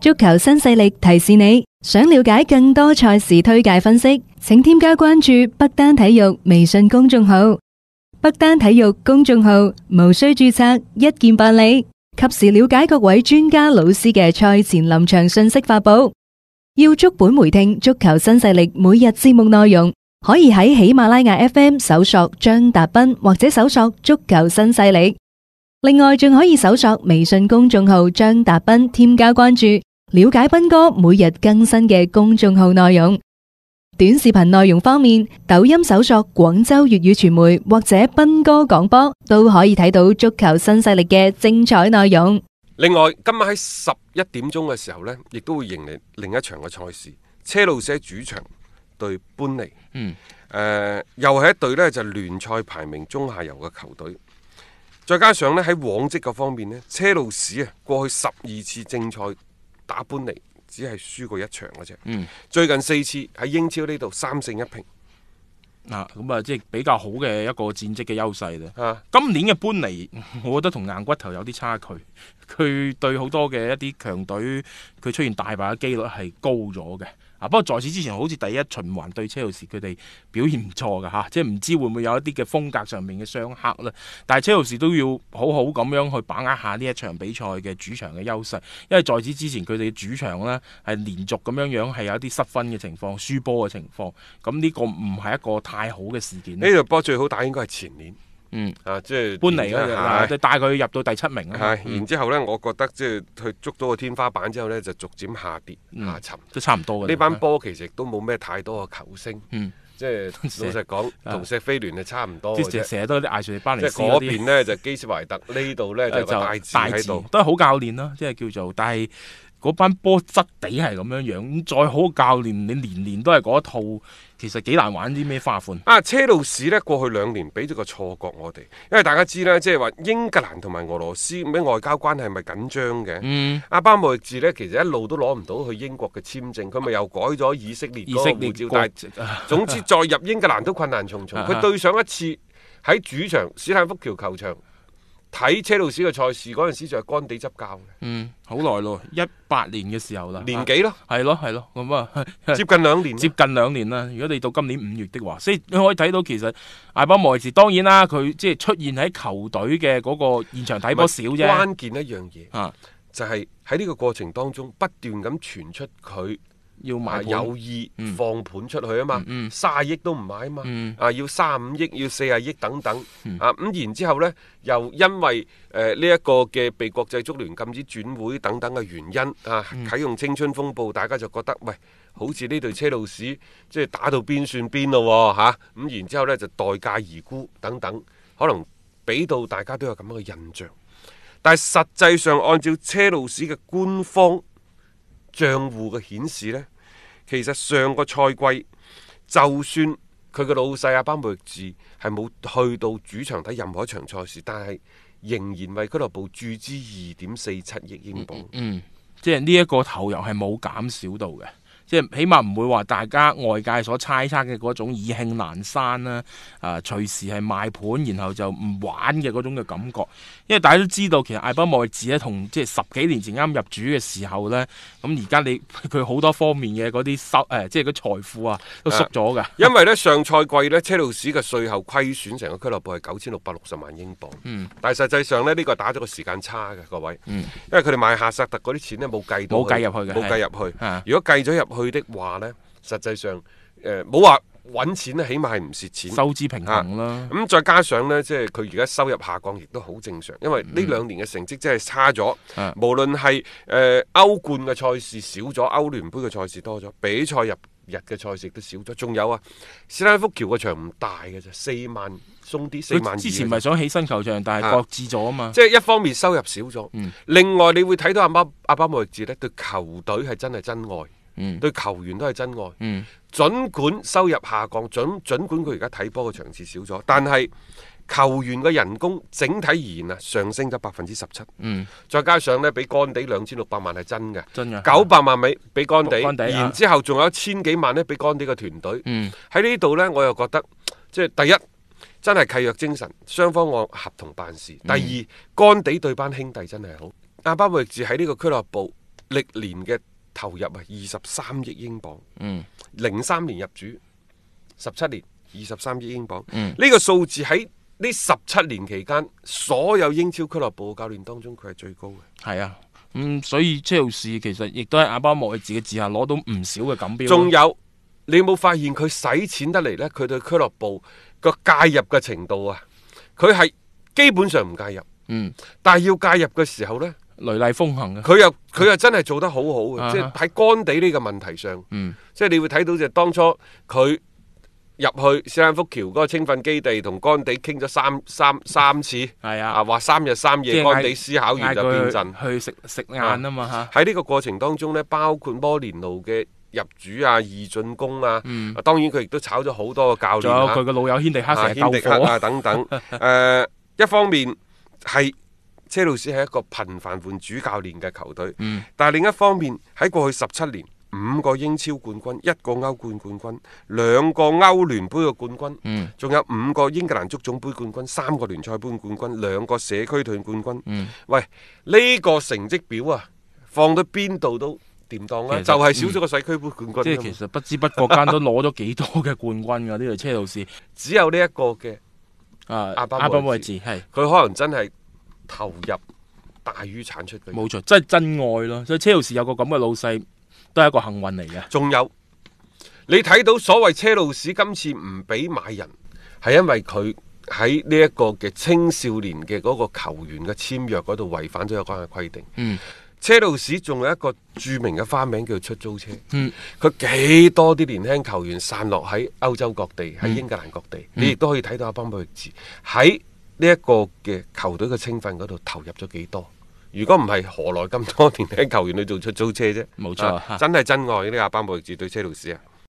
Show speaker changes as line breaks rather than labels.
足球新勢力提示你，想了解更多賽事推介分析，請添加關注北單體育微信公眾號。北單體育公眾號無需註冊，一鍵辦理，及時了解各位專家老師嘅賽前臨場信息發布。要足本回聽足球新勢力每日節目內容，可以喺喜馬拉雅 FM 搜索張達斌或者搜索足球新勢力。另外，仲可以搜索微信公眾號張達斌，添加關注，了解斌哥每日更新嘅公眾號內容。短視頻內容方面，抖音搜索廣州粵語傳媒或者斌哥廣播，都可以睇到足球新勢力嘅精彩內容。
另外，今晚喺十一點鐘嘅時候呢，亦都會迎嚟另一場嘅賽事，車路士喺主場對般尼。
嗯，
誒、又係一隊呢，就聯賽排名中下游嘅球隊。再加上呢，喺往績嗰方面呢，車路士啊過去十二次正賽打般尼，只係輸過一場嘅啫。
嗯
最近四次喺英超呢度三勝一平
啊，咁啊，即係比較好嘅一個戰績嘅優勢啦。
啊。
今年嘅搬尼， 我覺得同硬骨頭有啲差距。 佢對好多嘅一啲強隊，佢出現大敗嘅機率係高咗嘅。啊，不過在此之前，好似第一循環對車路士佢哋表現唔錯嘅嚇，即係唔知會唔會有一啲嘅風格上面嘅相克啦。但係車路士都要好好咁樣去把握下呢一場比賽嘅主場嘅優勢，因為在此之前佢哋嘅主場呢係連續咁樣樣係有一啲失分嘅情況、輸波嘅情況，咁呢個唔係一個太好嘅事件啦。
呢隊波最好打應該係前年
嗯。
啊，即係
搬嚟嗯嗰
係
啊隻嗱，就帶佢入到第七名啦，
係，
嗯
然之後呢，我覺得即係佢捉到個天花板之後呢，就逐漸下跌
嗯
下沉。
都差唔多嘅。
呢班波其實亦都冇咩太多嘅球星，
嗯
即係老實講，
啊
同石飛聯哦係差唔多
即
嘅
係
啫。
成日都啲艾瑞班尼
即係
斯嗰
嗰
啲
邊呢，就基斯懷特，呢度呢，就有個大
誒
字
大
喺度。
都係好教練啦，即係叫做，但係嗰班波質地係咁樣樣，咁再好嘅教練你年年都係嗰一套，其實幾難玩啲咩花款。
啊，車路士呢，過去兩年俾咗個錯覺我哋，因為大家知啦，即係話英格蘭同埋俄羅斯咩外交關係咪緊張嘅？
嗯，
阿巴莫域治呢，其實一路都攞唔到去英國嘅簽證，佢咪又改咗以色列
以
嗰
色
個
列
護照，
國
但係總之再入英格蘭都困難重重。
啊
佢對上一次喺主場史坦福橋球場睇車路士嘅賽事嗰陣時，就係乾地執教嘅
嗯好耐咯，一八年嘅時候啦，啊
年幾 咯，
係咯係咯，咁啊。
接近兩年啦。
接近兩年啦。如果你到今年五月的話，所以你可以睇到其實艾巴莫維治當然啦，佢即係出現喺球隊嘅嗰個現場睇波少啫。
關鍵一樣嘢
啊，
就係喺呢個過程當中不斷咁傳出佢
要買
啊
盤
有意
嗯
放盤出去啊嘛
嗯嗯，
卅億都唔買啊嘛
嗯，
啊要三五億要四十億等等
嗯
啊咁然之後呢，又因為誒呢一個嘅被國際足聯禁止轉會等等嘅原因啊，
嗯
啟用青春風暴，大家就覺得喂。好似呢隊車路士，即係打到邊算邊咯喎嚇，咁、然之後呢，就待價而沽等等，可能俾到大家都有咁樣嘅印象。但係實際上，按照車路士嘅官方帳戶嘅顯示呢，其實上個賽季就算佢嘅老細阿巴梅治係冇去到主場睇任何一場賽事，但係仍然為俱樂部注資二點四七億英鎊。
嗯，即係呢一個投入係冇減少到嘅。即係起碼唔會話大家外界所猜測嘅嗰種意興闌珊啦，啊、隨時係賣盤然後就唔玩嘅嗰種嘅感覺。因為大家都知道，其實艾巴莫治咧同即係十幾年前啱入主嘅時候呢，咁而家你 佢好多方面嘅嗰啲收誒、即係嗰財富啊都縮咗㗎。
因為呢上賽季呢，車路士嘅稅後虧損成個俱樂部係九千六百六十萬英鎊。
嗯
但係實際上呢，呢、個係打咗個時間差嘅各位，
嗯
因為佢哋買夏薩特嗰啲錢呢冇計到，
冇計入去嘅
冇計入去。
啊
如果計咗入去的話呢，實際上誒冇話揾錢咧，起碼係唔蝕錢。
收支平衡啦。
咁再加上呢，即係佢而家收入下降，亦都好正常，因為呢兩年嘅成績真係差咗。
嗯啊
無論係誒歐冠嘅賽事少咗，歐聯杯嘅賽事多咗，比賽入日嘅賽事亦都少咗。仲有啊，斯拉福橋個場唔大嘅啫，四萬鬆啲，四萬
佢
二
之
嘅
前
啫。
咪想起新球場，但係
啊
擱置咗啊嘛。
即係一方面收入少咗，
嗯
另外你會睇到阿巴阿巴莫域治呢對球隊係真係真愛，
嗯
對球員都係真愛。
嗯
儘管收入下降，儘儘管佢而家睇波嘅場次少咗，但係球員嘅人工整體而言啊上升咗百分之十七，
嗯，
再加上呢，俾干地兩千六百萬係真嘅，
真嘅
九百萬俾俾干地，
干地啊
然之後仲有千幾萬呢俾干地嘅團隊。
嗯
喺呢度呢，我又覺得即係第一，真係契約精神，雙方按合
嗯
同辦事。第二，干地對班兄弟真係好。阿巴莫域治喺呢個俱樂部歷年嘅投入啊，二十三億英鎊，
嗯
零三年入主，十七年二十三億英鎊，呢、
嗯
個數字喺呢十七年期間，所有英超俱樂部嘅教練當中，佢係最高嘅。
係啊，咁、所以車路士其實亦都喺阿巴莫爾自己治下攞到唔少嘅錦標啦。
仲有，你有冇發現佢使錢得嚟呢？佢對俱樂部個介入嘅程度啊，佢係基本上唔介入，
嗯，
但係要介入嘅時候呢，
雷厲風行啊嘅，
佢又佢又真係做得好好嘅，
啊哈
即係喺干地呢個問題上，
嗯
即係你會睇到就係當初佢。入去斯坦福橋嗰個青訓基地同干地傾咗三三三次，
係啊
啊話三日三
即
夜，
係嗌
干地思考
啊嗌
完就變陣。
佢去食食晏啊嘛嚇。
喺呢個過程當中呢，包括摩連奴嘅入主啊、二進攻啊，
嗯
啊當然佢亦都炒咗好多個教練
仲有佢
啊
個老友軒地克
啊、
成日
軒迪
救
克
火，
啊 等等。誒、一方面係車路士係一個頻繁換主教練嘅球隊，
嗯
但係另一方面喺過去十七年。五個英超冠軍，一個歐冠冠軍，兩個歐聯杯嘅冠軍，
嗯
仲有五個英格蘭足總杯冠軍，三個聯賽杯冠軍，兩個社區盾冠軍。
嗯
喂，呢、個成績表啊，放到邊度都掂當啦，
其實嗯
就係少咗個社區杯冠軍啫嘛。
即係其實不知不覺間都攞咗幾多嘅冠軍㗎呢隊車路士
只有呢一個嘅，
啊
阿巴
阿巴
莫
莫
爾
爾
治
係
佢可能真係投入大於產出嘅。
冇錯，真係真愛咯。所以車路士有個咁嘅老細都係一個幸運嚟嘅。
仲有，你睇到所謂車路士今次唔俾買人，係因為佢喺呢一個嘅青少年嘅嗰個球員嘅簽約嗰度違反咗有關嘅規定。
嗯
車路士仲有一個著名嘅花名叫出租車，
嗯
佢幾多啲年輕球員散落喺歐洲各地，
嗯
喺英格蘭各地，你亦都可以睇到阿邦貝治喺呢一個嘅球隊嘅青訓嗰度投入咗幾多。如果唔係，何來咁多年輕球員去做出租車啫？
冇錯
啊真係真愛呢個阿邦貝治對車路士啊！